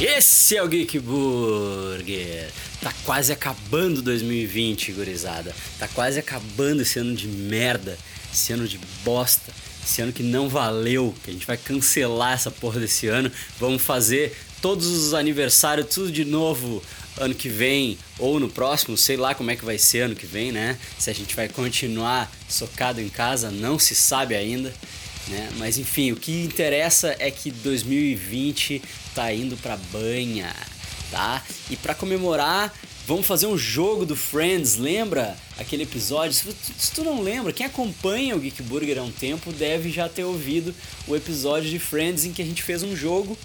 Esse é o Geek Burger. Tá quase acabando 2020, gurizada. Tá quase acabando esse ano de merda, esse ano de bosta, esse ano que não valeu, que a gente vai cancelar essa porra desse ano. Vamos fazer todos os aniversários, tudo de novo ano que vem ou no próximo, sei lá como é que vai ser ano que vem, né? Se a gente vai continuar socado em casa, não se sabe ainda. Né? Mas enfim, o que interessa é que 2020 tá indo pra banha, tá? E para comemorar, vamos fazer um jogo do Friends, lembra aquele episódio? Se tu, se tu não lembra, quem acompanha o Geek Burger há um tempo deve já ter ouvido o episódio de Friends em que a gente fez um jogo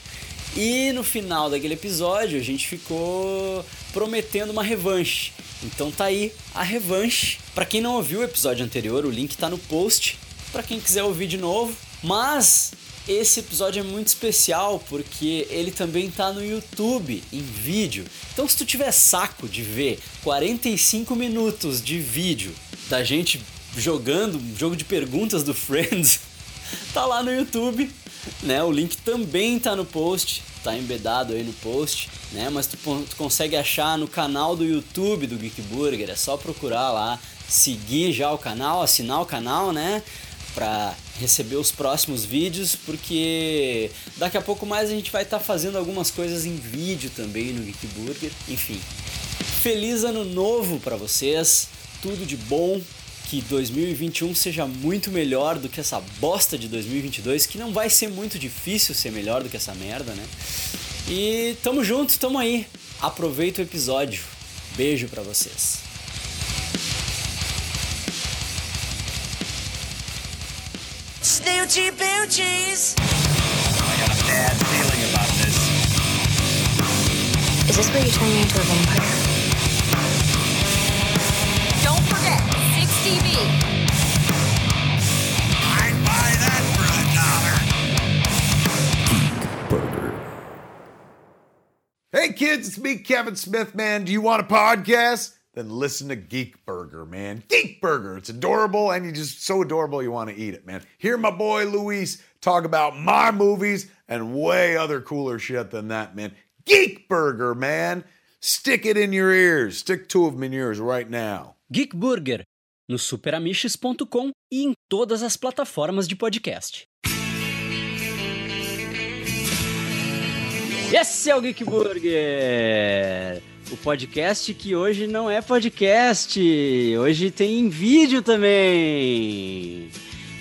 e no final daquele episódio a gente ficou prometendo uma revanche. Então tá aí a revanche. Para quem não ouviu o episódio anterior, o link tá no post para quem quiser ouvir de novo. Mas esse episódio é muito especial porque ele também tá no YouTube em vídeo. Então se tu tiver saco de ver 45 minutos de vídeo da gente jogando um jogo de perguntas do Friends, tá lá no YouTube né? O link também tá no post, tá embedado aí no post, né? Mas tu, tu, consegue achar no canal do YouTube do Geek Burger, é só procurar lá, seguir já o canal, assinar o canal, né? Pra receber os próximos vídeos, porque daqui a pouco mais a gente vai estar tá fazendo algumas coisas em vídeo também no Geek Burger. Enfim, feliz ano novo para vocês, tudo de bom, que 2021 seja muito melhor do que essa bosta de 2022, que não vai ser muito difícil ser melhor do que essa merda, né? E tamo junto, tamo aí. Aproveita o episódio. Beijo para vocês. Snooty Booties. Is this where you turn me into a vampire? TV. I'd buy that for a dollar. Geek Burger. Hey kids, it's me, Kevin Smith, man. Do you want a podcast? Then listen to Geek Burger, man. Geek Burger. It's adorable and you just so adorable you want to eat it, man. Hear my boy Luis talk about my movies and way other cooler shit than that, man. Geek Burger, man. Stick it in your ears. Stick two of them in yours right now. Geek Burger. no superamiches.com e em todas as plataformas de podcast. Esse é o Geek Burger, o podcast que hoje não é podcast, hoje tem vídeo também.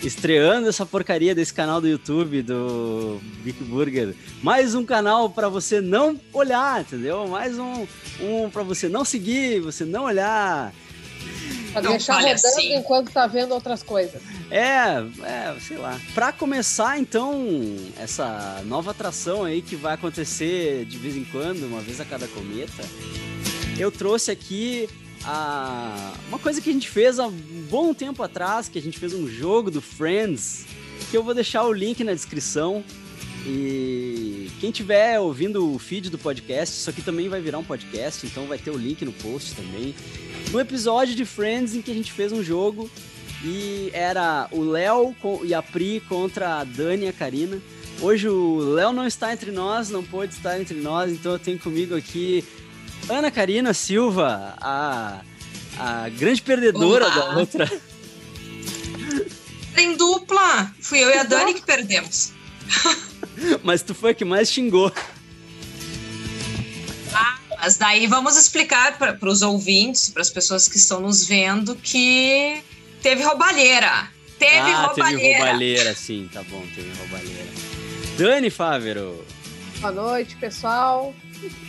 Estreando essa porcaria desse canal do YouTube do Geek Burger. Mais um canal para você não olhar, entendeu? Mais um, um para você não seguir, você não olhar. Pra não deixar rodando assim. enquanto tá vendo outras coisas. É, é, sei lá. Pra começar, então, essa nova atração aí que vai acontecer de vez em quando, uma vez a cada cometa, eu trouxe aqui a... uma coisa que a gente fez há um bom tempo atrás, que a gente fez um jogo do Friends, que eu vou deixar o link na descrição. E quem tiver ouvindo o feed do podcast, isso aqui também vai virar um podcast, então vai ter o link no post também. No episódio de Friends em que a gente fez um jogo e era o Léo e a Pri contra a Dani e a Karina. Hoje o Léo não está entre nós, não pôde estar entre nós, então eu tenho comigo aqui Ana Karina Silva, a, a grande perdedora Olá. da outra. Em dupla! Fui eu e a Dani que perdemos. Mas tu foi a que mais xingou. Ah, mas daí vamos explicar para os ouvintes, para as pessoas que estão nos vendo, que teve roubalheira. Teve ah, roubalheira. Teve roubalheira, sim, tá bom, teve roubalheira. Dani Fávero. Boa noite, pessoal.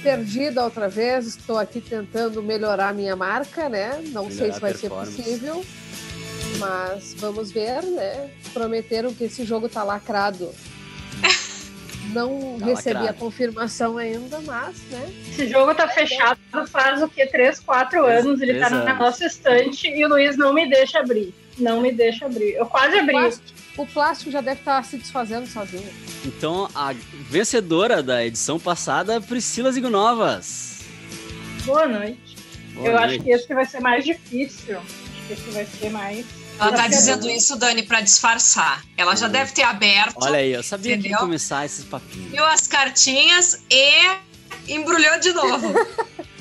Perdida outra vez, estou aqui tentando melhorar minha marca, né? Não melhorar sei se vai ser possível, mas vamos ver, né? Prometeram que esse jogo tá lacrado. Não tá recebi lacrado. a confirmação ainda, mas, né? Esse jogo tá fechado faz o que? Três, quatro anos. Ele tá na nossa estante e o Luiz não me deixa abrir. Não me deixa abrir. Eu quase abri. O plástico, o plástico já deve estar tá se desfazendo sozinho. Então, a vencedora da edição passada, Priscila Zignovas. Boa noite. Boa Eu noite. acho que esse vai ser mais difícil. Acho que esse vai ser mais. Ela tá dizendo isso, Dani, para disfarçar. Ela ah. já deve ter aberto. Olha aí, eu sabia entendeu? que ia começar esses papinhos. Viu as cartinhas e embrulhou de novo.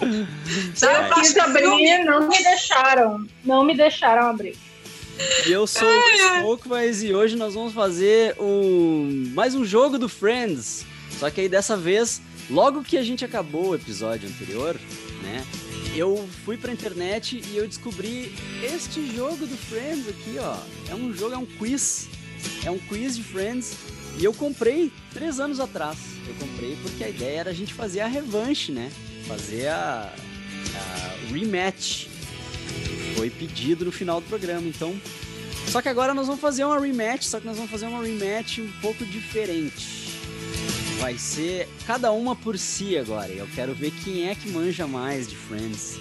Eu quis abrir, não me deixaram. Não me deixaram abrir. E eu sou o Smoke, mas e hoje nós vamos fazer um mais um jogo do Friends. Só que aí dessa vez, logo que a gente acabou o episódio anterior, né? Eu fui pra internet e eu descobri este jogo do Friends aqui, ó. É um jogo, é um quiz. É um quiz de Friends. E eu comprei três anos atrás. Eu comprei porque a ideia era a gente fazer a revanche, né? Fazer a, a rematch foi pedido no final do programa. Então, só que agora nós vamos fazer uma rematch, só que nós vamos fazer uma rematch um pouco diferente. Vai ser cada uma por si agora. Eu quero ver quem é que manja mais de Friends,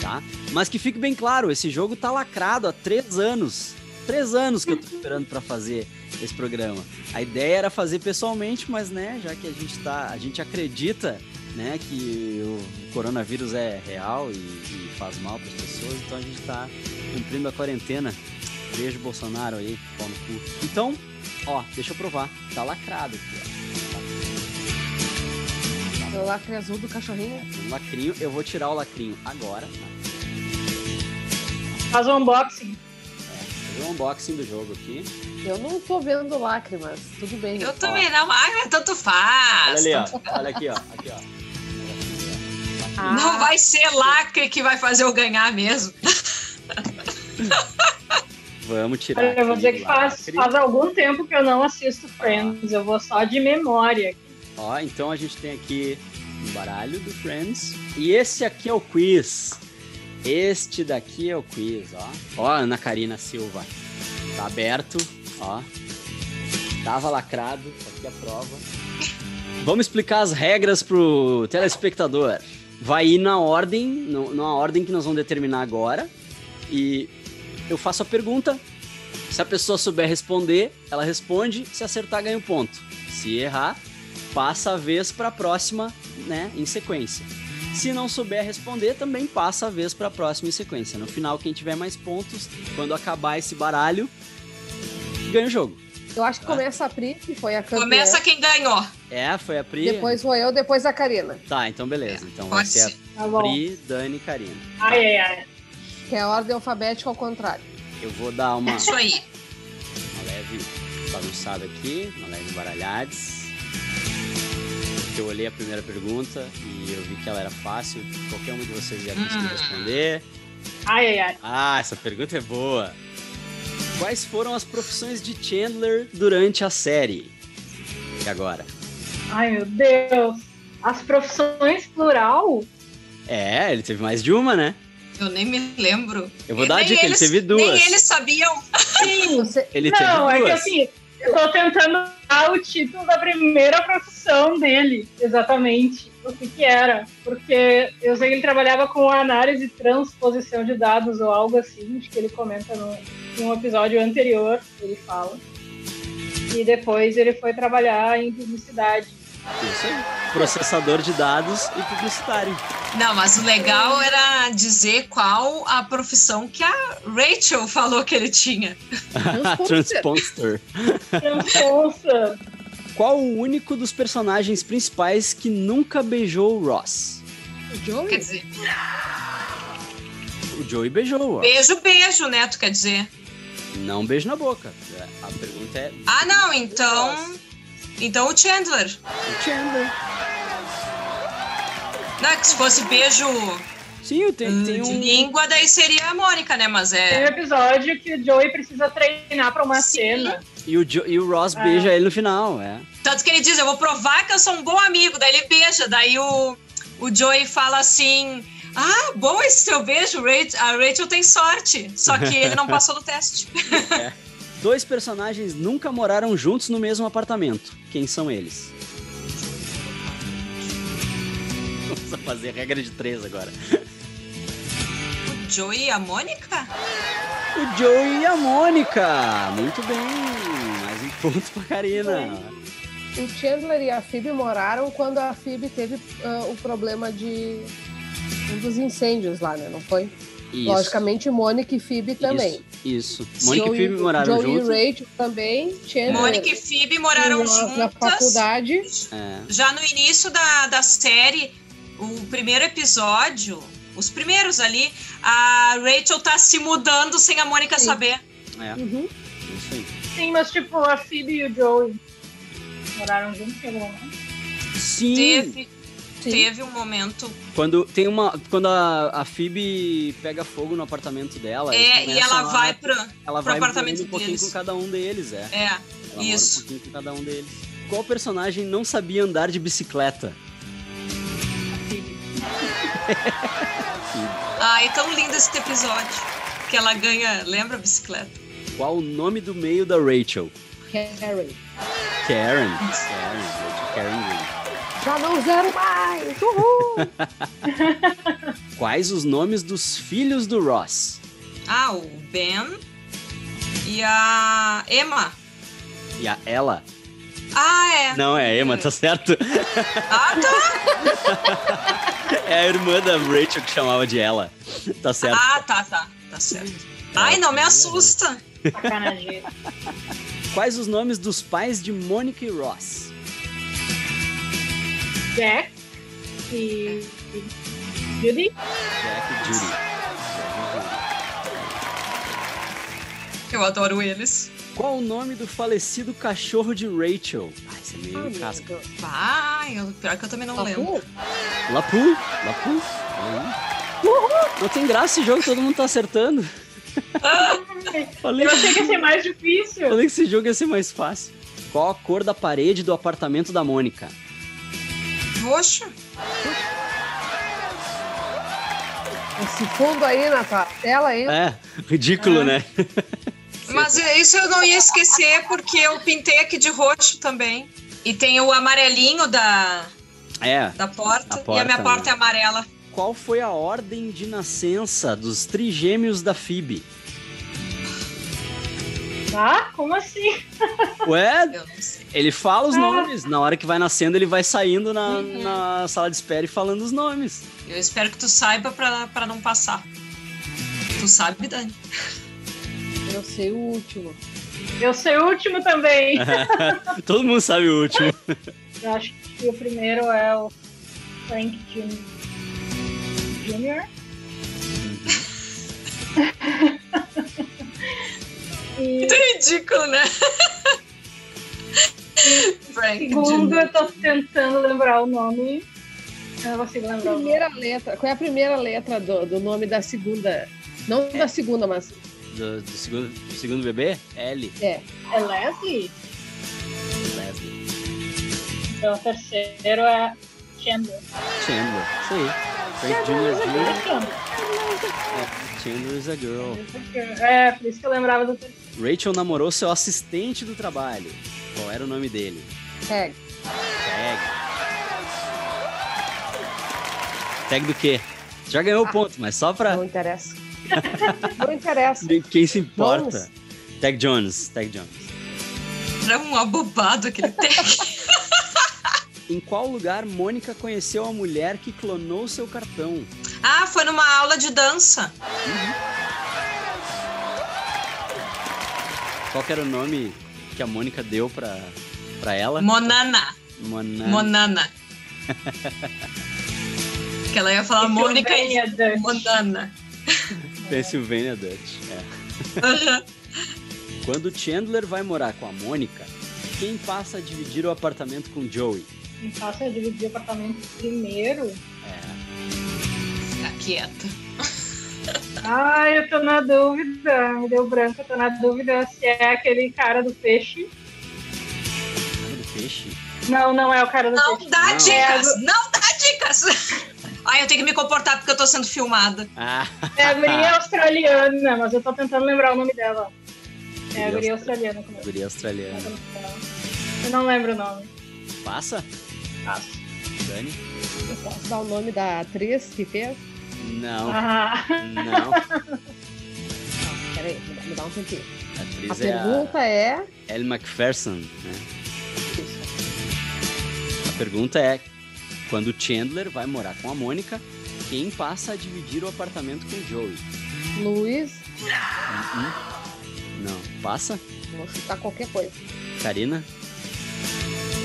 tá? Mas que fique bem claro, esse jogo tá lacrado há três anos. Três anos que eu tô esperando para fazer esse programa. A ideia era fazer pessoalmente, mas né, já que a gente tá, a gente acredita né, que o coronavírus é real e, e faz mal para as pessoas, então a gente está cumprindo a quarentena. Beijo, Bolsonaro aí, pau no cu. Então, ó, deixa eu provar, tá lacrado aqui, ó. O lacre azul do cachorrinho. O um lacrinho, eu vou tirar o lacrinho agora. tá? Faz o um unboxing. É, fazer o um unboxing do jogo aqui. Eu não tô vendo lágrimas, tudo bem. Eu também não, mas tanto faz. Olha ali, ó. Olha aqui, ó. Aqui, ó. Ah. Não vai ser lacre que vai fazer eu ganhar mesmo. Vamos tirar. Olha, eu vou dizer que faz, faz, algum tempo que eu não assisto Friends. Eu vou só de memória. Ó, então a gente tem aqui o um baralho do Friends. E esse aqui é o quiz. Este daqui é o quiz, ó. Ó, Ana Karina Silva. Tá aberto, ó. Tava lacrado, aqui é a prova. Vamos explicar as regras pro telespectador vai ir na ordem, na ordem que nós vamos determinar agora. E eu faço a pergunta. Se a pessoa souber responder, ela responde. Se acertar, ganha um ponto. Se errar, passa a vez para a próxima, né, em sequência. Se não souber responder, também passa a vez para a próxima em sequência. No final, quem tiver mais pontos, quando acabar esse baralho, ganha o jogo. Eu acho que começa a Pri, que foi a campeã. Começa quem ganhou. É, foi a Pri. Depois vou eu, depois a Karina. Tá, então beleza. Então vai ser a Pri, Dani e Karina. Tá Ai, ai, ai. Que é a ordem alfabética ao contrário. Eu vou dar uma... Isso aí. Uma leve bagunçada aqui, uma leve baralhades. Eu olhei a primeira pergunta e eu vi que ela era fácil. Qualquer um de vocês ia conseguir hum. responder. Ai, ai, ai. Ah, essa pergunta é boa. Quais foram as profissões de Chandler durante a série? E agora? Ai, meu Deus. As profissões plural? É, ele teve mais de uma, né? Eu nem me lembro. Eu vou e dar a dica, eles, ele teve duas. Nem eles sabiam. Sim. Você... Ele Não, teve duas. é que assim, eu tô tentando dar o título da primeira profissão dele, exatamente. O que que era? Porque eu sei que ele trabalhava com análise e transposição de dados ou algo assim, acho que ele comenta no, em um episódio anterior, ele fala. E depois ele foi trabalhar em publicidade. Isso aí. Processador de dados e publicitário. Não, mas o legal era dizer qual a profissão que a Rachel falou que ele tinha. Transponster. Transponster. qual o único dos personagens principais que nunca beijou o Ross? O Joey? Quer dizer... Hum, O Joey beijou o Ross. Beijo, beijo, né? Tu quer dizer... Não beijo na boca. A pergunta é. Ah, não, então. Então o Chandler. O Chandler. Não, é que se fosse beijo. Sim, tem, hum, tem um... De língua, daí seria a Mônica, né? Mas é. Tem um episódio que o Joey precisa treinar pra uma Sim. cena. E o, jo e o Ross é. beija ele no final, é. Tanto que ele diz: Eu vou provar que eu sou um bom amigo. Daí ele beija. Daí o, o Joey fala assim. Ah, bom esse seu beijo, a Rachel tem sorte. Só que ele não passou no teste. é. Dois personagens nunca moraram juntos no mesmo apartamento. Quem são eles? Vamos fazer regra de três agora. O Joey e a Mônica? O Joey e a Mônica! Muito bem! Mais um ponto pra Karina. O Chandler e a Phoebe moraram quando a ah, Phoebe teve uh, o problema de um dos incêndios lá, né? Não foi? Isso. Logicamente, Mônica e Phoebe também. Isso. isso. Mônica e Phoebe moraram Joey juntos. e Rachel também. Chandler Mônica e Phoebe moraram É. na, juntas. na faculdade. É. Já no início da, da série, o primeiro episódio, os primeiros ali, a Rachel tá se mudando sem a Mônica Sim. saber. É, Uhum. isso aí. Sim, mas tipo, a Phoebe e o Joey moraram juntos pelo momento. Sim. Teve, Sim. teve um momento. Quando tem uma. Quando a, a Phoebe pega fogo no apartamento dela. É, eles e ela começam a- vai pra. ela pro vai apartamento morando um pouquinho deles. com cada um deles, é. É, Ela mora Isso. um pouquinho com cada um deles. Qual personagem não sabia andar de bicicleta? Ah, é tão lindo esse episódio. Que ela ganha, lembra a bicicleta? Qual o nome do meio da Rachel? Harry. Karen. Karen, Rachel Karen Green. Já não zero mais! Uhul! Quais os nomes dos filhos do Ross? Ah, o Ben e a Emma. E a ela? Ah, é. Não, é a Emma, tá certo? Ah, tá. É a irmã da Rachel que chamava de ela. Tá certo. Ah, tá, tá. Tá certo. Ai, não me assusta. Sacanagem. Quais os nomes dos pais de Mônica e Ross? Jack e. e Judy? Jack e Judy. Eu adoro eles. Qual o nome do falecido cachorro de Rachel? Ah, isso é tá meio casca. Vai, eu- pior que eu também não lembro. Lapu? Lapu? Uhul. Não tem graça esse jogo, todo mundo tá acertando. falei, Eu achei que ia ser mais difícil. falei que esse jogo ia ser mais fácil. Qual a cor da parede do apartamento da Mônica? Roxo? Esse fundo aí na tua tela aí. É, ridículo, né? Mas isso eu não ia esquecer, porque eu pintei aqui de roxo também. E tem o amarelinho da, É. da porta, Da E a minha porta, porta né? é amarela. Qual foi a ordem de nascença dos trigêmeos da Phoebe? Ah, como assim? Ué, Eu não sei. ele fala os Ah. nomes. Na hora que vai nascendo, ele vai saindo na, na sala de espera e falando os nomes. Eu espero que tu saiba pra, pra não passar. Tu sabe, Dani? É. Eu sei o último. Eu sei o último também. Todo mundo sabe o último. Eu acho que o primeiro é o Frank Jr. Jr. e Muito ridículo, né? Frank. segundo, eu tô tentando lembrar o nome. Eu não consigo lembrar o nome. Primeira letra. Qual é a primeira letra do, do nome da segunda? Não da segunda, mas Do, do segundo, do segundo bebê? L. é. É Leslie? Leslie. Então, o terceiro é Chandler. Chandler. Isso aí. Frank Jr. É Jr. Chandler. É, Chandler is a girl. É, por isso que eu lembrava do terceiro. Rachel namorou seu assistente do trabalho. Qual era o nome dele? Tag. Tag. Tag do quê? Já ganhou o ponto, mas só pra Não interessa. Não interessa. quem se importa. Tag Jones. Tag Jones. Era um abobado aquele tag. Em qual lugar Mônica conheceu a mulher que clonou seu cartão? Ah, foi numa aula de dança. Qual que era o nome que a Mônica deu pra, pra ela? Monana. Mona- Monana. que ela ia falar Mônica e Pennsylvania Dutch. Monana. Pennsylvania Dutch. É. Aham. Quando Chandler vai morar com a Mônica, quem passa a dividir o apartamento com Joey? Quem passa a é dividir o apartamento primeiro. Fica quieta. Ai, eu tô na dúvida. Me deu branco, eu tô na dúvida se é aquele cara do peixe. Cara Ah, do peixe? Não, não é o cara do Não peixe. dá Não. dicas! Não dá dicas! Ai, eu tenho que me comportar porque eu tô sendo filmada. Ah, É a guria australiana, mas eu tô tentando lembrar o nome dela. É a guria australiana. Como eu guria australiana. lembro o nome dela. Eu não lembro o nome. Passa? Passo. Dani? Eu posso dar o nome da atriz que fez? Não, Ah, não. Não, peraí, me dá- me dá um tempinho. A A atriz é a pergunta é. Ellie McPherson. Né? A pergunta é, quando Chandler vai morar com a Mônica, quem passa a dividir o apartamento com Joey? Luiz, Não, passa. vou chutar qualquer coisa. Karina?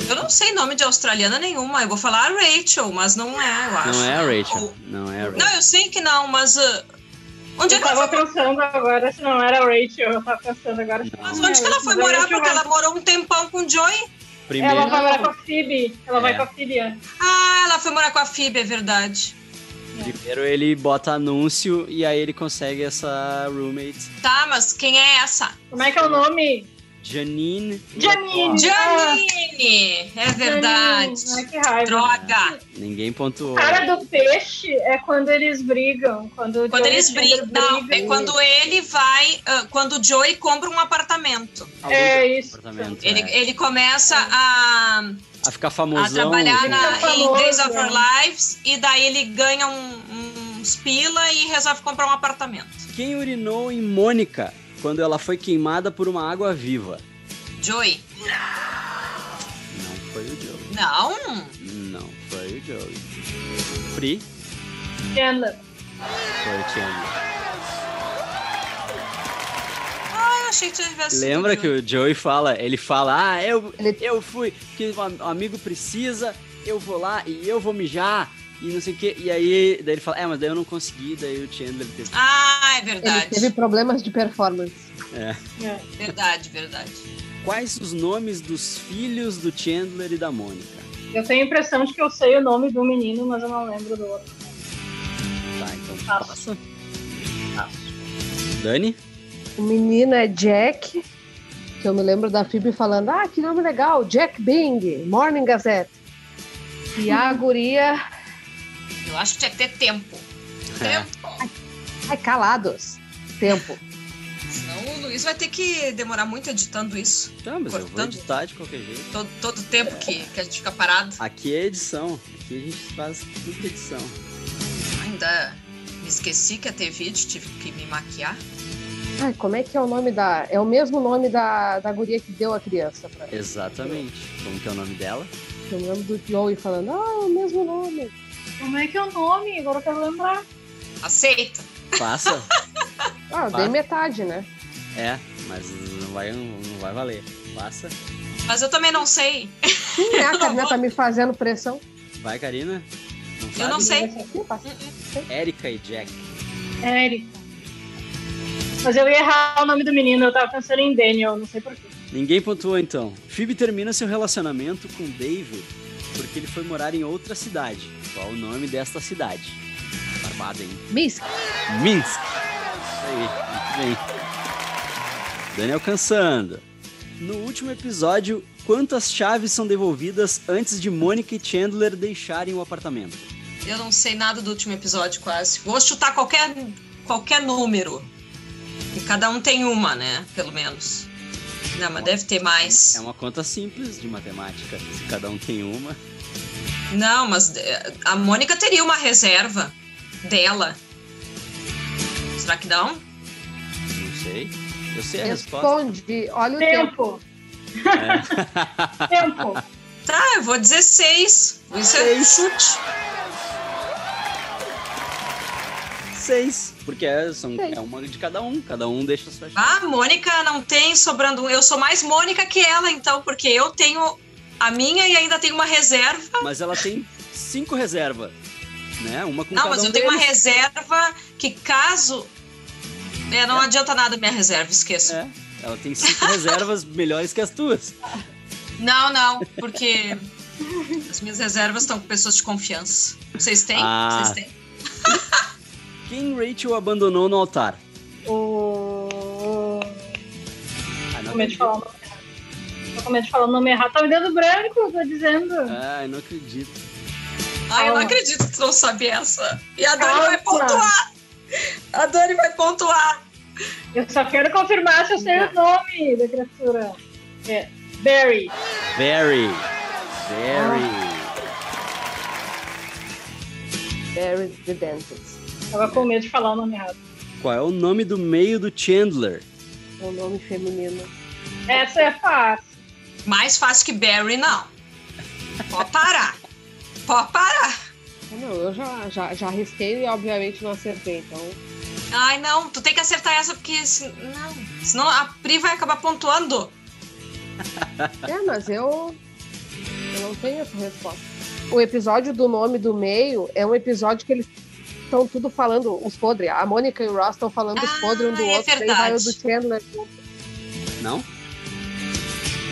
Eu não sei nome de australiana nenhuma. Eu vou falar a Rachel, mas não é, eu acho. Não é a Rachel. Não é a Rachel. Não, eu sei que não, mas. ah, onde é Eu que ela tava foi, pensando agora se não era a Rachel, eu tava pensando agora se mas não onde é, que ela mas foi daí morar? eu Porque tava- ela morou um tempão com o Joey. Primeiro. Ela vai morar com a Phoebe. Ela É. vai com a Phoebe antes. Ah, ela foi morar com a Phoebe, é verdade. Primeiro ele bota anúncio e aí ele consegue essa roommate. Tá, mas quem é essa? Como é que é o nome? Janine. Janine. Janine! É verdade. Ai, que raiva. Droga! Ninguém pontuou. A cara do peixe é quando eles brigam. Quando, o Quando Joey eles e o Chandler brigam. Não, é quando ele vai. ah, quando o Joey compra um apartamento. Alguém É tem um isso. apartamento, Ele, é. ele começa a, A ficar a famosão. trabalhar né? na, Fica em Days of famoso, Our Lives e daí ele ganha um, uns pila e resolve comprar um apartamento. Quem urinou em Mônica quando ela foi queimada por uma água viva? Joey. Não foi o Joey. Não. Não foi o Joey. Pri Chandler. foi o Chandler. Ah, eu achei que tivesse. Lembra que eu... o Joey fala, ele fala, ah, eu, Ele- eu fui, que o am- amigo precisa, eu vou lá e eu vou mijar. E não sei o que, e aí daí ele fala, é, mas daí eu não consegui, daí o Chandler teve. Ah, é Ele verdade. teve problemas de performance. É. Verdade, verdade. Quais os nomes dos filhos do Chandler e da Mônica? Eu tenho a impressão de que eu sei o nome do menino, mas eu não lembro do outro. Tá, então Passa. passa. Dani? O menino é Jack, que eu me lembro da Phoebe falando, ah, que nome legal, Jack Bing, Morning Gazette. E a guria, Eu acho que tinha que ter tempo. É. Tempo. ai, calados, tempo. Senão o Luiz vai ter que demorar muito editando isso. Tá, mas eu vou Cortando. editar de qualquer jeito. Todo, todo tempo que, que a gente fica parado. Aqui é edição. Aqui a gente faz tudo de edição. Ainda me esqueci que ia ter vídeo, tive que me maquiar. Ai, como é que é o nome da... É o mesmo nome da, da guria que deu a criança pra ela. Exatamente. Como que é o nome dela? Eu me lembro do Joey falando, ah, é o mesmo nome. Como é que é o nome? Agora eu quero lembrar. Aceita. Passa? Ah, eu dei Claro. metade, né? é, mas não vai, não vai valer. Passa. Mas eu também não sei. Sim, né? A Karina tá me fazendo pressão. Vai, Karina. Eu não sabe? sei. Hum. Sim, passa. Érica e Jack. Érica. Mas eu ia errar o nome do menino, eu tava pensando em Daniel, não sei porquê. Ninguém pontuou então. Phoebe termina seu relacionamento com David porque ele foi morar em outra cidade. Qual o nome desta cidade? Barbada, hein? Miss, Minsk. Isso aí, muito bem. Dani alcançando. No último episódio, quantas chaves são devolvidas antes de Mônica e Chandler deixarem o apartamento? Eu não sei nada do último episódio, quase. Vou chutar qualquer, qualquer número. E cada um tem uma, né? Pelo menos. Não, mas deve ter mais. É uma conta simples de matemática. Se cada um tem uma. Não, mas eh, a Mônica teria uma reserva dela. Será que dá um? Não sei. Eu sei a resposta. responde. Olha o tempo. Tempo, É. tempo. Tá, eu vou 16. Isso é chute. Seis. Porque é, são, Seis. é uma de cada um. Cada um deixa a sua chave. Ah, Mônica não tem sobrando um. Eu sou mais Mônica que ela, então, porque eu tenho a minha e ainda tenho uma reserva. Mas ela tem cinco reservas. Né? Uma com Não, cada mas um eu tenho uma deles. reserva que caso. É, não adianta nada minha reserva, esqueço. É, Ela tem cinco reservas melhores que as tuas. Não, não, porque as minhas reservas estão com pessoas de confiança. Vocês têm? Ah. Vocês têm? Quem Rachel abandonou no altar? O... Ah, Tô não com medo de acredito. falar o nome errado. Tô com medo de falar o nome errado. Tá me dando branco, tô dizendo. Ah, eu não acredito. Ah, eu não Calma. acredito que tu não sabe essa. E a Dani Calma. vai pontuar. A Dani vai pontuar. Eu só quero confirmar se eu sei o nome da criatura. É Barry. Very. Very. There is the dentist. Tava com medo de falar o nome errado. Qual é o nome do meio do Chandler? É um nome feminino. Essa é fácil. Mais fácil que Barry, não. Pode parar. Pode parar. Ah, Não, eu já, já, já arrisquei e obviamente não acertei, então Ai, não, tu tem que acertar essa, porque se- não, senão a Pri vai acabar pontuando. É, mas eu, eu não tenho essa resposta. O episódio do nome do meio é um episódio que eles estão tudo falando os podres. A Mônica e o Ross estão falando os Ah, podres um do é outro. daí verdade. vai o do Chandler. Não?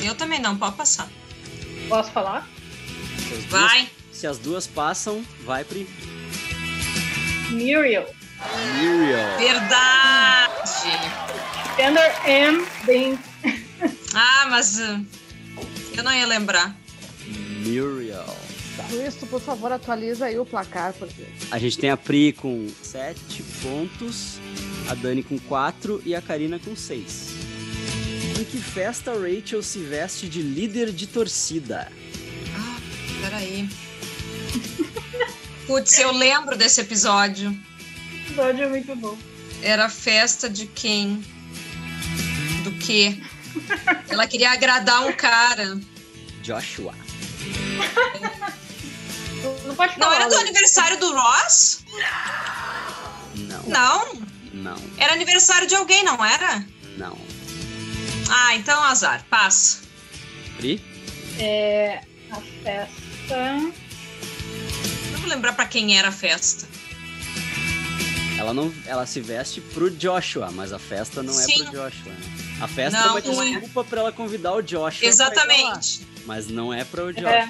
Eu também não, pode passar. Posso falar? Se as duas- Vai. se as duas passam, vai pro Muriel. Muriel. Verdade. Tender M. Bem. Ah, mas ah, eu não ia lembrar. Muriel. Luiz, tu, por favor, atualiza aí o placar, porque A gente tem a Pri com 7 pontos, a Dani com 4 e a Karina com 6. Em que festa Rachel se veste de líder de torcida? Ah, peraí. Putz, eu lembro desse episódio. O episódio é muito bom. Era festa de quem? Do quê? Ela queria agradar um cara. Joshua. Tu Não pode Não falar. era do Lu. aniversário do Ross? Não, Não. não, Era aniversário de alguém, não era? não. Ah, então azar. Passa. Pri? É. A festa. Não vou lembrar pra quem era a festa. Ela não, ela se veste pro Joshua, mas a festa não é Sim. pro Joshua. Né? A festa Não, é uma não é. desculpa pra ela convidar o Joshua. pra ir pra lá, Exatamente. mas não é pro Joshua.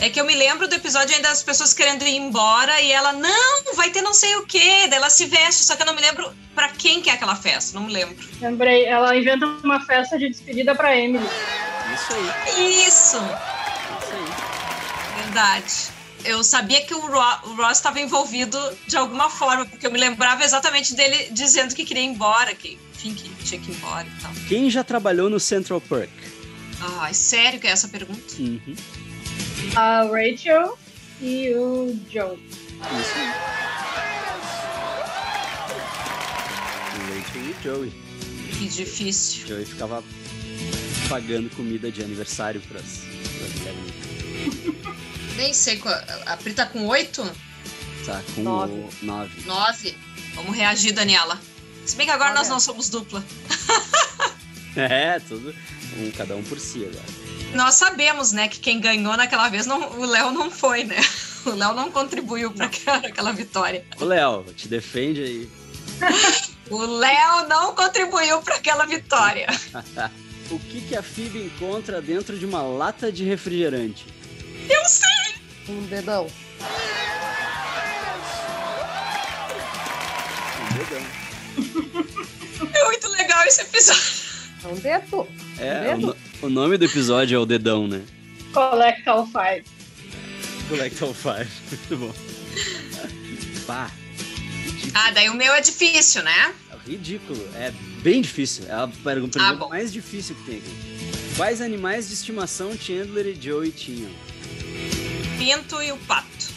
É que eu me lembro do episódio ainda as pessoas querendo ir embora e ela, não, vai ter não sei o quê. Daí ela se veste, só que eu não me lembro pra quem que é aquela festa. Não me lembro. Lembrei, ela inventa uma festa de despedida pra Emily. Isso aí, Isso! isso aí. Verdade. Eu sabia que o, Ro- o Ross estava envolvido de alguma forma, porque eu me lembrava exatamente dele dizendo que queria ir embora, que, enfim, que tinha que ir embora e tal. Quem já trabalhou no Central Park? Ai, sério que é essa pergunta? Uhum. A Rachel e o Joe. Isso aí. O Rachel e o Joey. Que difícil. O Joey ficava pagando comida de aniversário pras, pras mulheres. Nem sei qual. A Pri tá com oito? Tá com Nove. o 9. Nove? Vamos reagir, Daniela. Se bem que agora Olha. nós não somos dupla. É, tudo. Um, cada um por si agora. Nós sabemos, né, que quem ganhou naquela vez, não, o Léo não foi, né? O Léo não contribuiu para aquela vitória. Ô, Léo, te defende aí. O Léo não contribuiu para aquela vitória. O que, que a Phoebe encontra dentro de uma lata de refrigerante? Eu sei! um dedão. É muito legal esse episódio. É um dedo. É, o, no- o nome do episódio é o dedão, né? Collect All Five. Collectal 5. Muito bom. Pá, Ah, daí o meu é difícil, né? ridículo. É bem difícil. É a pergunta Ah, bom. mais difícil que tem aqui. Quais animais de estimação Chandler e Joey tinham? Pinto e o pato.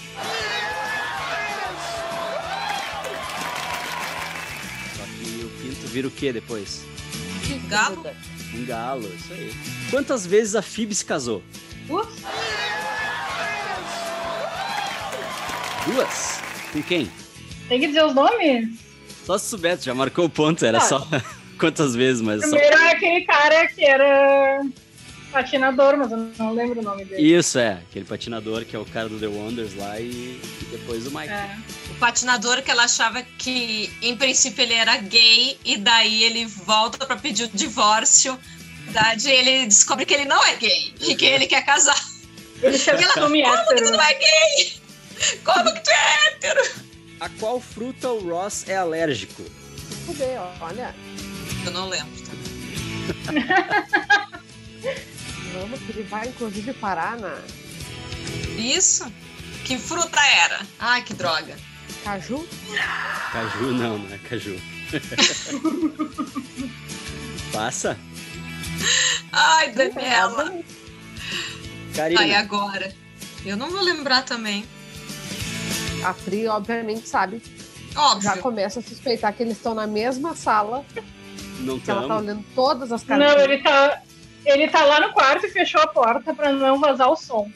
Só que o pinto vira o quê depois? Galo? Um galo, isso aí. Quantas vezes a Phoebe se casou? Ups, Duas. Com quem? tem que dizer os nomes? Só se souber, tu já marcou o ponto, era só quantas vezes, mas só. Primeiro é aquele cara que era patinador, mas eu não lembro o nome dele. Isso, é. Aquele patinador que é o cara do The Wonders lá e, e depois o Mike. É. O patinador que ela achava que, em princípio, ele era gay e daí ele volta pra pedir o divórcio. Na verdade, ele descobre que ele não é gay e que ele quer casar. Ele se assume Como que tu hétero. não é gay? Como que tu é? A qual fruta o Ross é alérgico? Fudeu, olha. Eu não lembro. tá? Vamos que ele vai, inclusive, parar na Isso? Que fruta era? Ai, que droga. Caju. Caju não, não é caju. Passa. Ai, Hum, é Daniela. Ai, é Karina, agora. Eu não vou lembrar também. A Pri, obviamente, sabe. Já Óbvio. começa a suspeitar que eles estão na mesma sala, não que ela tá tamo. olhando todas as caras. Não, ele tá. Ele tá lá no quarto e fechou a porta pra não vazar o som.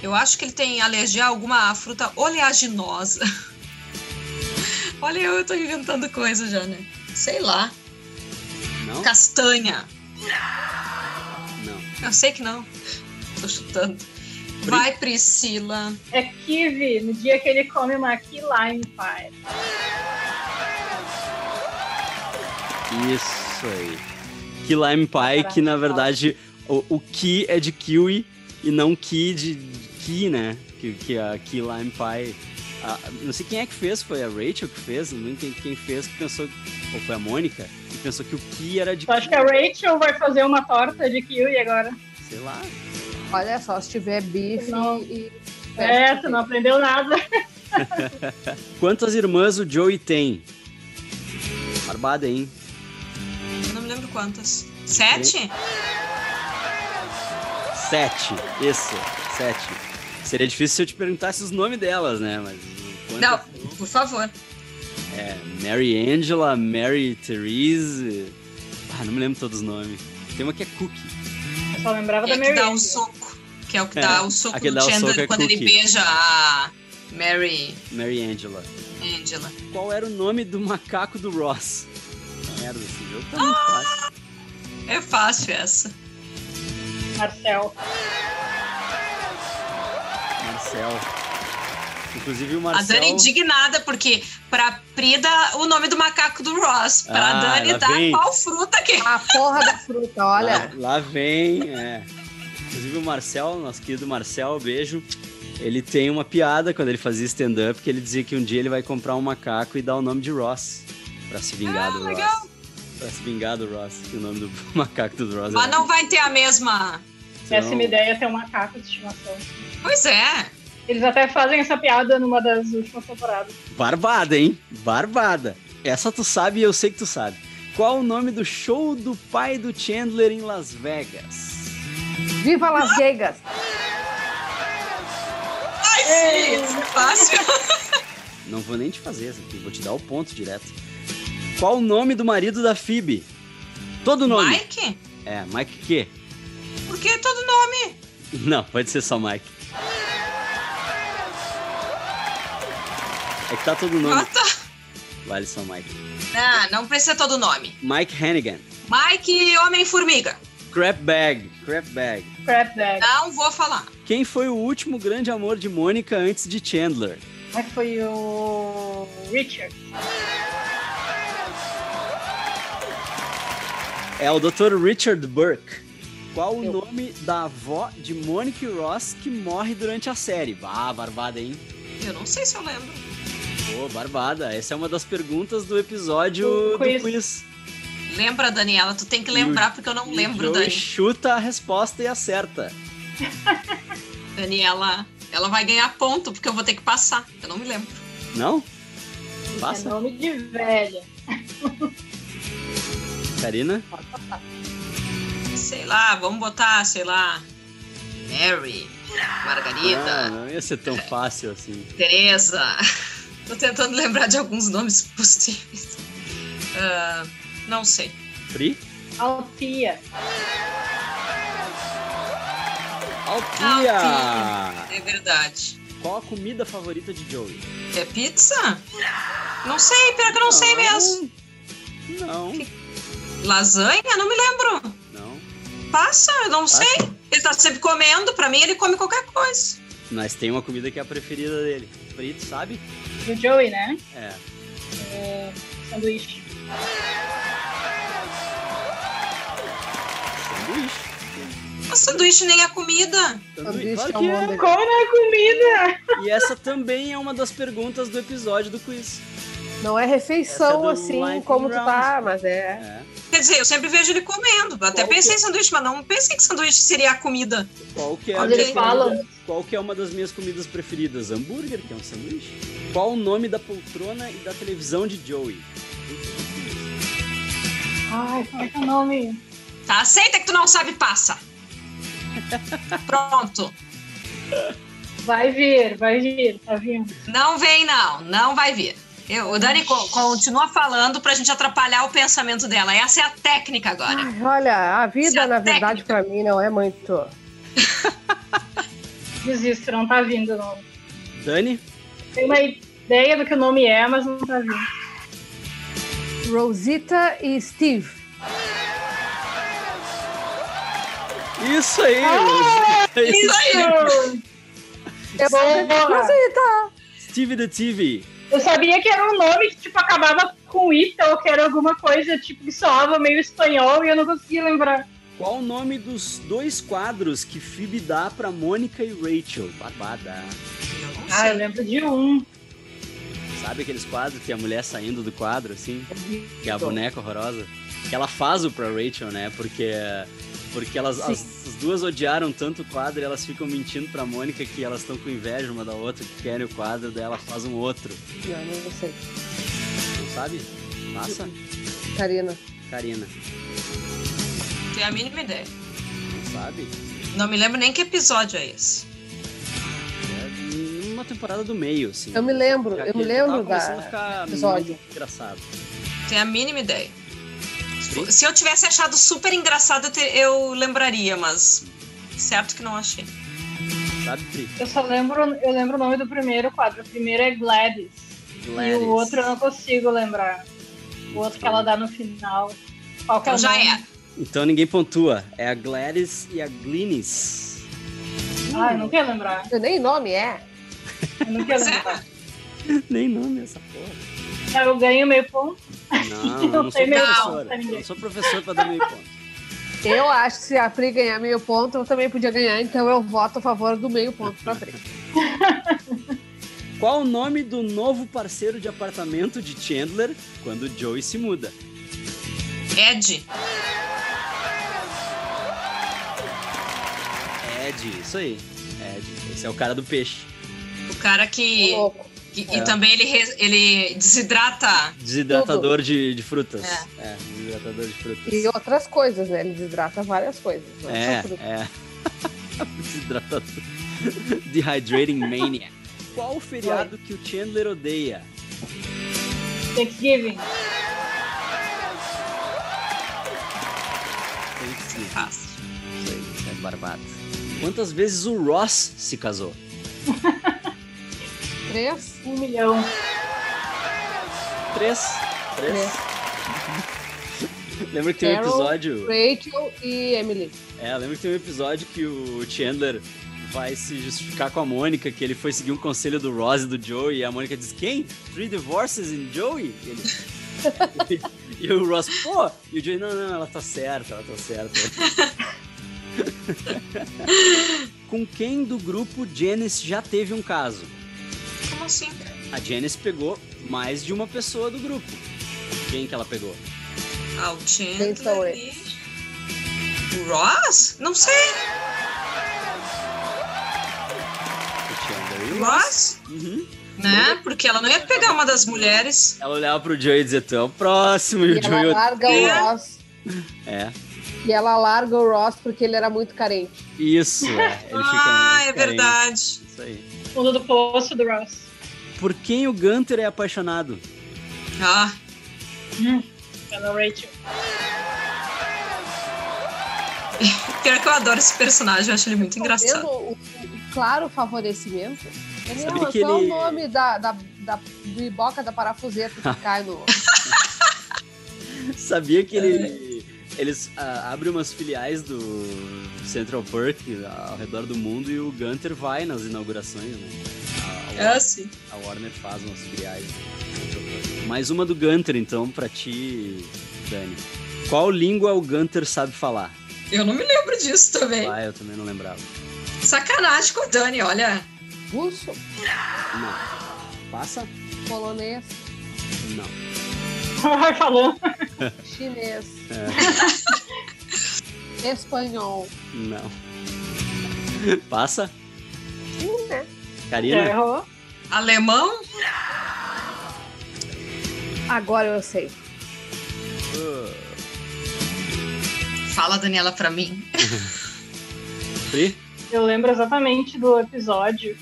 Eu acho que ele tem alergia a alguma fruta oleaginosa. Olha, eu, eu tô inventando coisa já, né? Sei lá. Não? Castanha. Não. Eu sei que não. Tô chutando. Vai, Priscila. É kiwi, no dia que ele come uma key lime pie. Isso aí. Key Lime Pie, que na verdade o, o Ki é de kiwi e não Ki de de Ki, né? Que, que a Key Lime Pie. a- não sei quem é que fez, foi a Rachel que fez, não entendi quem fez, que pensou. Ou foi a Mônica, que pensou que o Ki era de Eu acho que a Rachel vai fazer uma torta de kiwi agora. Sei lá. Olha só, se tiver bife Não. e. É, tu não aprendeu nada. Quantas irmãs o Joey tem? Barbada, hein? Eu não me lembro quantas. Sete? Sete. Isso, sete. Seria difícil se eu te perguntasse os nomes delas, né? Mas. Não, quantas- por favor. É, Mary Angela, Mary Therese. Ah, não me lembro todos os nomes. Tem uma que é Cookie. Eu só lembrava É da que Mary. dá Ann. o soco. Que é o que É, dá o soco a que do dá o Chandler soco é quando ele cookie. beija a Mary Mary Angela. Angela. Qual era o nome do macaco do Ross? Merda, esse jogo tá muito fácil. É fácil essa. Marcel. Marcel. Inclusive o A Marcel. Dani indignada, porque pra Pri dá o nome do macaco do Ross. Pra Ah, Dani ela dá vem. qual fruta que. A porra da fruta, olha. Lá, lá vem, é. Inclusive o Marcel, nosso querido Marcel, beijo. Ele tem uma piada quando ele fazia stand-up que ele dizia que um dia ele vai comprar um macaco e dar o nome de Ross. Pra se vingar do Ah, legal. Ross. Pra se vingar do Ross. que o nome do macaco do Ross é. Mas era- não vai ter a mesma. Então, Péssima ideia ter um macaco de estimação. Pois é. Eles até fazem essa piada numa das últimas temporadas. Barbada, hein? Barbada. Essa tu sabe e eu sei que tu sabe. Qual o nome do show do pai do Chandler em Las Vegas? Viva Las Vegas! Ai, sim, isso é fácil. Não vou nem te fazer essa aqui, vou te dar o ponto direto. Qual o nome do marido da Phoebe? Todo nome. Mike? É, Mike quê? Por que todo nome? Não, pode ser só Mike. É que tá todo Ah, nome. tá. Vale só Mike. Não, não precisa todo nome. Mike Hannigan. Mike Homem-Formiga. Crap Bag. Crap Bag. Crap bag. Não vou falar. Quem foi o último grande amor de Mônica antes de Chandler? Mas foi o Richard. É o Dr. Richard Burke. Qual o nome da avó de Mônica e Ross que morre durante a série? Ah, barbada, hein? Eu não sei se eu lembro. Pô, barbada. Essa é uma das perguntas do episódio Do do quiz. quiz. Lembra, Daniela? Tu tem que lembrar, porque eu não lembro, o Joey Dani. chuta a resposta e acerta. Daniela, ela vai ganhar ponto, porque eu vou ter que passar. Eu não me lembro. Não? É Passa, nome de velha. Karina. Sei lá, vamos botar, sei lá. Mary, Ah, Margarida, não ia ser tão fácil assim. Teresa. Tô tentando lembrar de alguns nomes possíveis. Ah, não sei. Pri? Altia. Altia! É verdade. Qual a comida favorita de Joey? É pizza? Não sei, pior que eu não sei mesmo. Não, Lasanha? Não me lembro. não. Passa, eu não Passa. sei. Ele tá sempre comendo, pra mim ele come qualquer coisa. Mas tem uma comida que é a preferida dele. Pri, tu sabe? Do Joey, né? É. Sanduíche. Sanduíche. O sanduíche nem é comida. Claro Sanduíche é que um é. Como é comida? E essa também é uma das perguntas do episódio do quiz. Não é refeição Essa é do assim Lightning como tu Round. tá, mas é. É. Quer dizer, eu sempre vejo ele comendo. Até Qual pensei em sanduíche, mas não pensei que sanduíche seria a comida. Qual que é a Quando Ok. minha eles falam, Qual que é uma das minhas comidas preferidas? Hambúrguer, que é um sanduíche. Qual o nome da poltrona e da televisão de Joey? Ai, como é que é o nome? Tá? Aceita que tu não sabe, passa. Pronto. Vai vir, vai vir, tá vindo. Não vem, não. Não vai vir. Eu, o Dani co- continua falando pra gente atrapalhar o pensamento dela. Essa é a técnica agora. Ai, olha, a vida, Essa na verdade, técnica. pra mim não é muito. Desisto, não tá vindo, não. Dani? Tem uma ideia do que o nome é, mas não tá vindo. Rosita e Steve. Isso aí! Ah, isso aí! É bom, Rosita! Steve the TV. Eu sabia que era um nome que tipo, acabava com Ita ou que era alguma coisa tipo, que soava meio espanhol e eu não conseguia lembrar. Qual o nome dos dois quadros que Phoebe dá pra Mônica e Rachel? Babada. Ah, eu lembro de um. Sabe aqueles quadros que a mulher saindo do quadro, assim? Que é a boneca horrorosa? Que ela faz o pra Rachel, né? Porque porque elas as, as, duas odiaram tanto o quadro e elas ficam mentindo pra Mônica que elas estão com inveja uma da outra, que querem o quadro, daí ela faz um outro. Não, não sei. Não sabe? Massa? Tipo Karina. Karina. Tenho a mínima ideia. Não sabe? Não me lembro nem que episódio é esse. É numa temporada do meio, assim. Eu me lembro, eu me tá lembro da episódio. Engraçado. Tenho a mínima ideia. Se eu tivesse achado super engraçado, eu, ter, eu, lembraria, mas certo que não achei. Sabe? Eu só lembro, eu lembro o nome do primeiro quadro. O primeiro é Gladys. Gladys. E o outro eu é não consigo lembrar. O outro que ela dá no final. Qual então já é. Então ninguém pontua. É a Gladys e a Glynis. Ah, eu não quero lembrar. Eu nem nome é. Eu não é. quero lembrar. nem nome é essa porra. Eu ganho meio um ponto. Não, não, não sou professora. Não, não sou professor para dar meio ponto. Eu acho que se a Pri ganhar meio ponto, eu também podia ganhar, então eu voto a favor do meio ponto para Pri. Qual o nome do novo parceiro de apartamento de Chandler quando Joey se muda? Ed. Ed, isso aí. Ed. Esse é o cara do peixe. O cara que. Louco. E, é. e, também ele, ele desidrata. Desidratador Tudo. de, de frutas. É. é. desidratador de frutas. E outras coisas, né? Ele desidrata várias coisas. né? É, é. desidratador. Dehydrating Mania. Qual o feriado que o Chandler odeia? Thanksgiving. Thanksgiving. Fácil. Isso aí, isso é barbado. Quantas vezes o Ross se casou? Três? Um milhão. Três? Três? lembra que tem um episódio. Rachel e Emily. É, lembra que tem um episódio que o Chandler vai se justificar com a Mônica que ele foi seguir um conselho do Ross e do Joey e a Mônica diz: Quem? Three divorces in Joey? E, ele... e o Ross, pô! E o Joey, não, não, ela tá certa, ela tá certa. com quem do grupo Janice já teve um caso? Como assim? A Janice pegou mais de uma pessoa do grupo. Quem que ela pegou? Ah, o Chandler e... O Ross? Não sei. O Chandler e o Ross? Uhum. Né? Porque ela não ia pegar uma das mulheres. Ela olhava pro Joey e dizia, tu é o próximo. E, e o Joey... Ela larga é. o Ross. É. E ela larga o Ross porque ele era muito carente. Isso, é. Ele fica ah, é carente. verdade. Isso aí fundo do poço do Ross. Por quem o Gunter é apaixonado? Ah. Hum, pela Rachel. Pior que eu adoro esse personagem, eu acho ele Tá muito engraçado. Então, O, o, claro favorecimento. Ele Sabe não, que ele... é o nome da, da, da, do Iboca da parafuseta que cai no. Sabia que ele. É. Eles ah, abrem umas filiais do, Central Park ao redor do mundo e o Gunter vai nas inaugurações, né? A, Warner, é sim. a Warner faz umas filiais. Mais uma do Gunter, então, pra ti, Dani. Qual língua o Gunter sabe falar? Eu não me lembro disso também. Ah, eu também não lembrava. Sacanagem com o Dani, olha. Russo? Não. Passa? Polonês? Não. Vai falou. Chinês. É. Espanhol. Não. Passa? Sim, né? Karina? É, Errou. Alemão? Agora eu sei. Uh. Fala, Daniela, pra mim. Pri? Eu lembro exatamente do episódio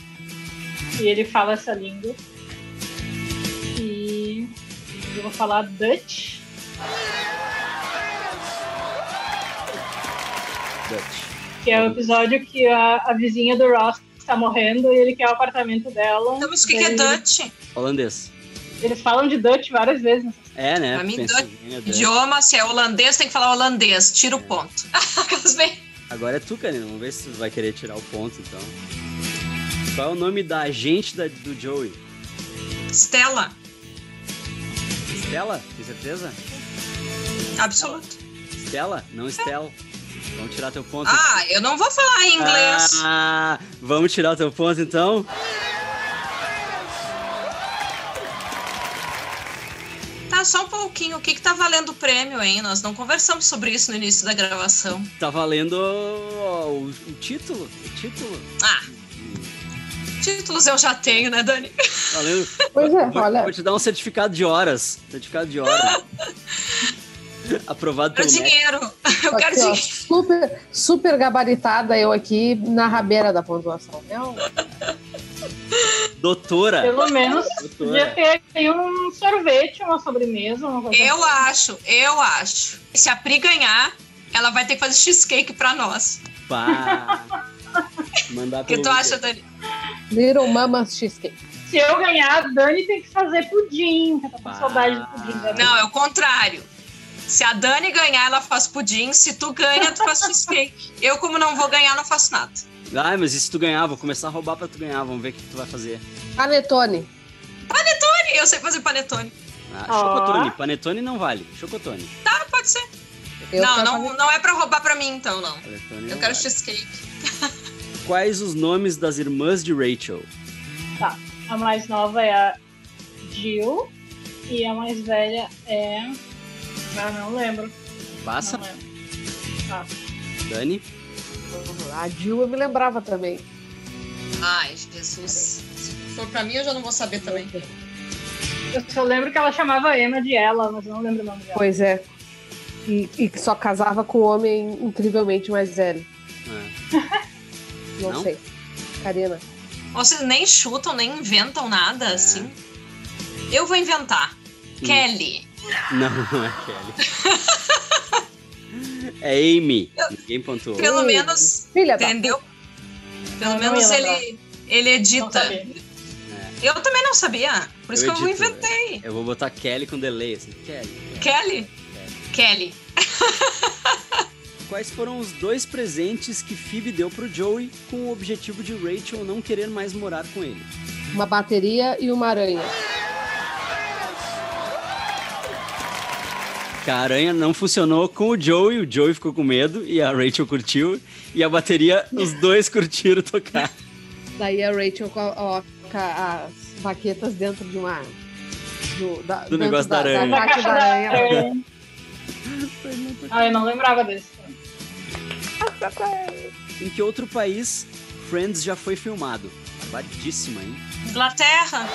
que ele fala essa língua. E eu vou falar Dutch. Dutch. Que é o episódio que a, a vizinha do Ross tá morrendo e ele quer o apartamento dela. Então, mas o que, que é Dutch? Holandês. Eles falam de Dutch várias vezes. É, né? Pra mim, Pensa- Dutch, é Dutch. Idioma, se é holandês, tem que falar holandês. Tira o ponto. Aquelas bem- Agora é tu, Karina. Vamos ver se tu vai querer tirar o ponto, então. Qual é o nome da agente da- do Joey? Stella, Stella? Tem certeza? absoluto. Stella? Não Stella. Vamos tirar teu ponto. Ah, eu não vou falar em inglês. Ah, vamos tirar o teu ponto, então? Tá, só um pouquinho. O que que tá valendo o prêmio, hein? Nós não conversamos sobre isso no início da gravação. Tá valendo o, o título. O título. Ah, títulos eu já tenho, né, Dani? Valendo. Pois é, vou, olha. vou te dar um certificado de horas. Certificado de horas. Aprovado Eu quero pelo MEC. dinheiro. Eu quero Aqui, ó, dinheiro. super, super gabaritada eu aqui na rabeira da pontuação. É um- Doutora. Pelo menos podia Doutora. ter aí um sorvete, uma sobremesa, uma coisa Eu acho, eu acho. Se a Pri ganhar, ela vai ter que fazer cheesecake pra nós. Pá. Mandar O que pelo tu Uber. acha, Dani? Little Mama Cheesecake. Se eu ganhar, a Dani tem que fazer pudim. que Eu tô com Ah. saudade de pudim. Dani. Não, é o contrário. Se a Dani ganhar, ela faz pudim. Se tu ganha, tu faz cheesecake. Eu, como não vou ganhar, não faço nada. Ai, mas e se tu ganhar? Vou começar a roubar pra tu ganhar. Vamos ver o que tu vai fazer. Panetone. Dani, eu sei fazer panetone. Ah, Ó. Chocotone. Panetone não vale. Chocotone. Tá, pode ser. Eu não, quero não, não é pra roubar pra mim, então, não. Panetone Eu não quero vale. cheesecake. Quais os nomes das irmãs de Rachel? né? A mais nova é a Jill. E a mais velha é. Ah, não lembro. Passa, Não lembro. Dani. fazer- A Jill eu me lembrava também. Ai, Jesus. Se for pra mim, eu já não vou saber também. Eu só lembro que ela chamava a Emma de ela, mas eu não lembro o nome dela. Pois é. E, e que só casava com um homem incrivelmente mais velho. Ah, É. Não, Não? sei. Karina. Vocês nem chutam, nem inventam nada, assim. Eu vou inventar. Kelly. Não, não é Kelly. é Amy. Ninguém pontuou. Pelo Ih, menos, Filha da. entendeu? Pelo Eu não menos ia ele, ele Não edita. sabia. Eu também não sabia. Por isso Eu que eu edito, inventei. Eu vou botar Kelly com delay. Assim. Kelly. Kelly. Kelly? Kelly. Quais foram os dois presentes que Phoebe deu pro Joey com o objetivo de Rachel não querer mais morar com ele? Uma bateria e uma aranha. Que a aranha não funcionou com o Joey, o Joey ficou com medo e a Rachel curtiu. E a bateria, os dois curtiram tocar. Daí a Rachel coloca as baquetas dentro de uma. Do, da, Do dentro negócio da aranha. Na Da caixa da aranha. aranha. Ah, eu não lembrava desse. em que outro país Friends já foi filmado? Barbadíssima, hein? Inglaterra.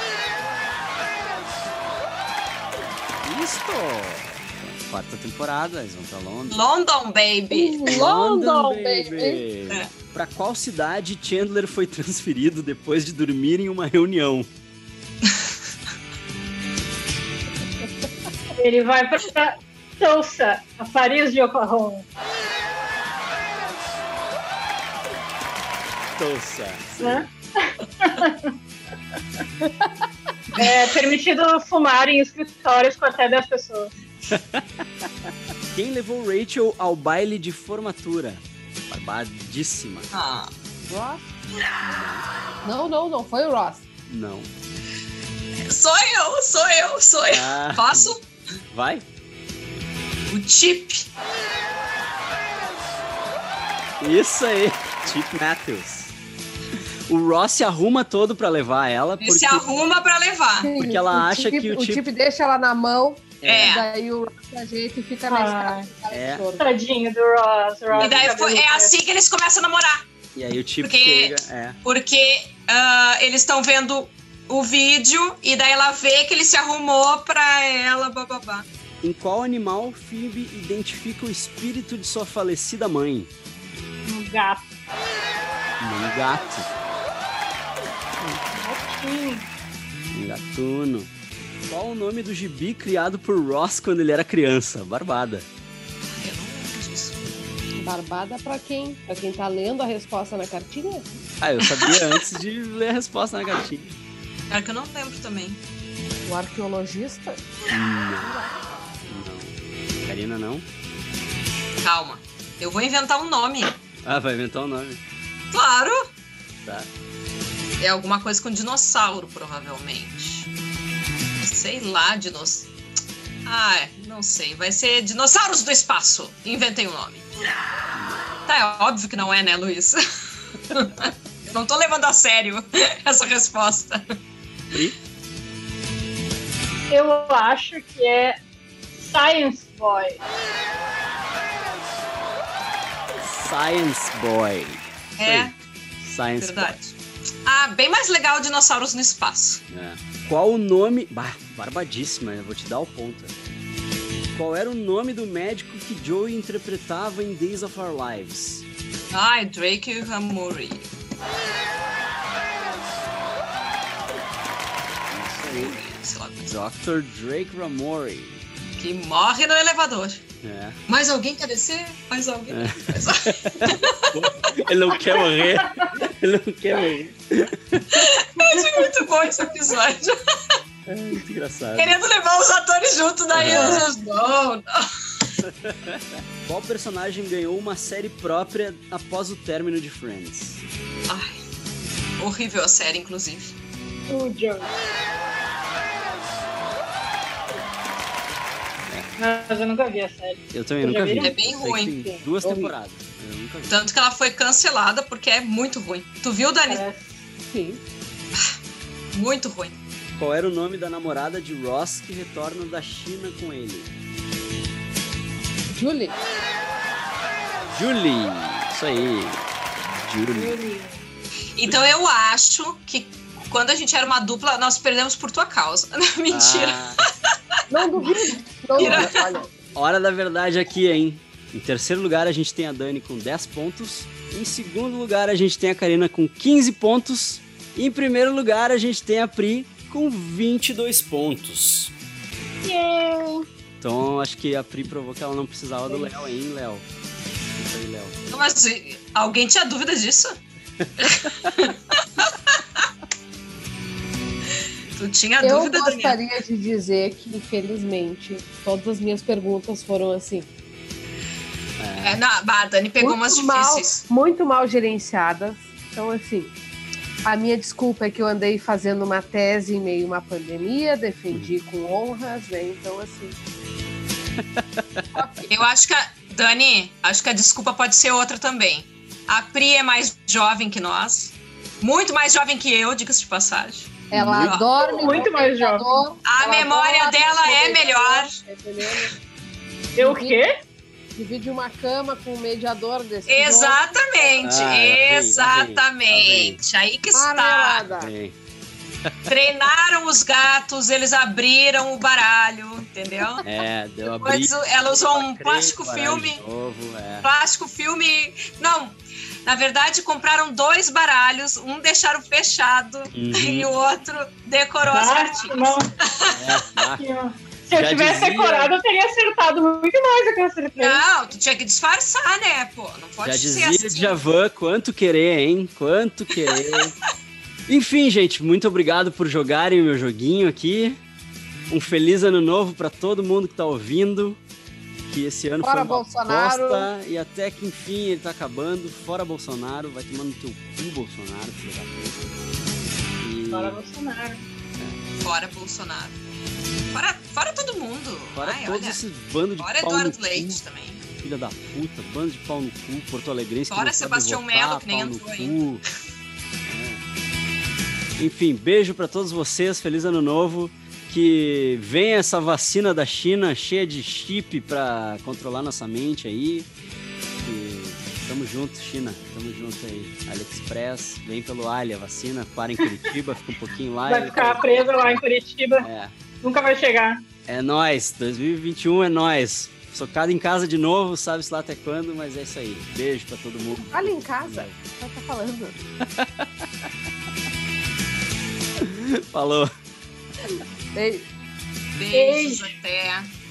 Isto! Quarta temporada, eles vão pra Londres. London, baby. London, baby. Pra qual cidade Chandler foi transferido depois de dormir em uma reunião? Ele vai pra Tulsa, a Paris de Oklahoma. Tulsa. Né? É permitido fumar em escritórios com até 10 pessoas. Quem levou Rachel ao baile de formatura? Barbadíssima. Ah, Ross? Não, não, não foi o Ross. Não. sou eu, sou eu, sou eu. Ah. Faço Vai? o chip. Ah, Isso aí. Chip Matthews. O Ross se arruma todo pra levar ela, Ele se porque arruma pra levar. Sim, Porque ela o acha Chip- que o o Chip- Chip deixa ela na mão, É. e daí o Ross ajeita e fica Ah, na escada. cara de é. choro. Tadinho do Ross. Ross E daí cabelo foi- é preto. assim que eles começam a namorar. E aí o Chip Porque- chega. É. Porque ah, eles estão vendo o vídeo e daí ela vê que ele se arrumou pra ela, bababá. Em qual animal Phoebe identifica o espírito de sua falecida mãe? Um gato. Um gato. Gatinho. Um gatuno. Qual o nome do gibi criado por Ross quando ele era criança? Barbada. Ai, eu não lembro disso. Barbada pra quem? Pra quem tá lendo a resposta na cartinha? Ah, eu sabia antes de ler a resposta né, na cartinha. Pior que eu não lembro também. O arqueologista? Não. Karina, não? Calma. Eu vou inventar um nome. Ah, vai inventar um nome. Claro! Tá. É alguma coisa com dinossauro, provavelmente. Sei lá, dinossauro. Ah, é, não sei. Vai ser Dinossauros do Espaço. Inventem o um nome. Tá, é óbvio que não é, né, Luiz? Eu não tô levando a sério essa resposta. Pri? Eu acho que é Science Boy. Science Boy. É, Science verdade. Ah, bem mais legal Dinossauros no Espaço. Boy. É. Qual o nome. Bah, barbadíssima, eu vou te dar o ponto. Qual era o nome do médico que Joey interpretava em Days of Our Lives? Ai, Drake Ramori. Sei lá, Dr. Drake Ramori. que morre no elevador. É. Mais alguém quer descer? Mais alguém? Mais alguém? Ele não quer morrer. Ele não quer morrer. Eu achei muito bom esse episódio. É muito engraçado. Querendo levar os atores junto, daí eu já- não, não. Qual personagem ganhou uma série própria após o término de Friends? Ai, horrível a série, inclusive. O Joey. Mas eu nunca vi a série. Eu também Eu nunca já vi. vi. É Eu bem sei que ruim. É Tem duas Horrível. temporadas. Eu nunca vi. Tanto que ela foi cancelada porque é muito ruim. Tu viu, Dani? É. Parece. Sim. Muito ruim. Qual era o nome da namorada de Ross que retorna da China com ele? Julie? Julie! Isso aí. Julie. Então eu acho que quando a gente era uma dupla, nós perdemos por tua causa. Mentira. Ah, Não duvido. Não duvido. Olha, hora da verdade aqui, hein? Em terceiro lugar, a gente tem a Dani com 10 pontos. Em segundo lugar, a gente tem a Karina com 15 pontos. E em primeiro lugar, a gente tem a Pri com 22 pontos. Então acho que a Pri provou que ela não precisava do Léo, hein, Léo? Isso aí, Léo. Mas e, alguém tinha dúvida disso? tu tinha Eu dúvida, Daniel? gostaria de dizer que, infelizmente, todas as minhas perguntas foram assim. É, na, bah, a Dani pegou umas mal, difíceis. muito mal gerenciadas. Então, assim, a minha desculpa é que eu andei fazendo uma tese em meio a uma pandemia, defendi Hum. com honras, né? Então, assim, Eu acho que a. Dani, acho que a desculpa pode ser outra também. A Pri é mais jovem que nós. Muito mais jovem que eu, diga-se de passagem. ela Muito- adora me Muito mais jovem. adora, A ela memória adora dela me é mediador, melhor. Entendeu? Eu É o quê? Divide uma cama com um mediador desse. Exatamente, Ah, bem, exatamente. Aí Ah, que está. tipo. Marmelada. Bem, Treinaram os gatos, eles abriram o baralho, entendeu? É, deu a Mas briga. ela usou um Três, plástico baralho de filme. Novo, é. Plástico filme. Não, na verdade, compraram dois baralhos, um deixaram fechado Uhum. e o outro decorou as Ah, cartinhas. não. é. Aqui, ó. Se eu Já tivesse dizia- decorado, eu teria acertado muito mais do que eu acertei. Não, tu tinha que disfarçar, né? Pô, não Já pode ser dizia assim. Djavan, quanto querer, hein? Quanto querer. Enfim, gente, muito obrigado por jogarem o meu joguinho aqui. Um feliz ano novo pra todo mundo que tá ouvindo. Que esse ano Fora foi uma Bolsonaro. bosta e até que enfim ele tá acabando. Fora Bolsonaro, vai tomando teu cu, Bolsonaro, filho da puta. E Fora Bolsonaro. Fora Bolsonaro. Fora, fora todo mundo. fora Ai, todos olha. esses bandos de Fora pau no Eduardo cu, Leite também. filha da puta, bando de pau no cu, Porto Alegrense. que Fora não sabe Sebastião votar, Melo, que nem pau no entrou cu. ainda. É. Enfim, beijo pra todos vocês, feliz ano novo. Que venha essa vacina da China cheia de chip pra controlar nossa mente aí. E tamo junto, China. Tamo junto aí. AliExpress, vem pelo Ali, a vacina, para em Curitiba, fica um pouquinho lá. Vai ele- ficar presa lá em Curitiba. É. Nunca vai chegar. É nóis, 2021 é nóis. Socado em casa de novo, sabe-se lá até quando, mas é isso aí. Beijo pra todo mundo. Olha em casa. Ela tá falando. Falou. Beijo. Beijos até.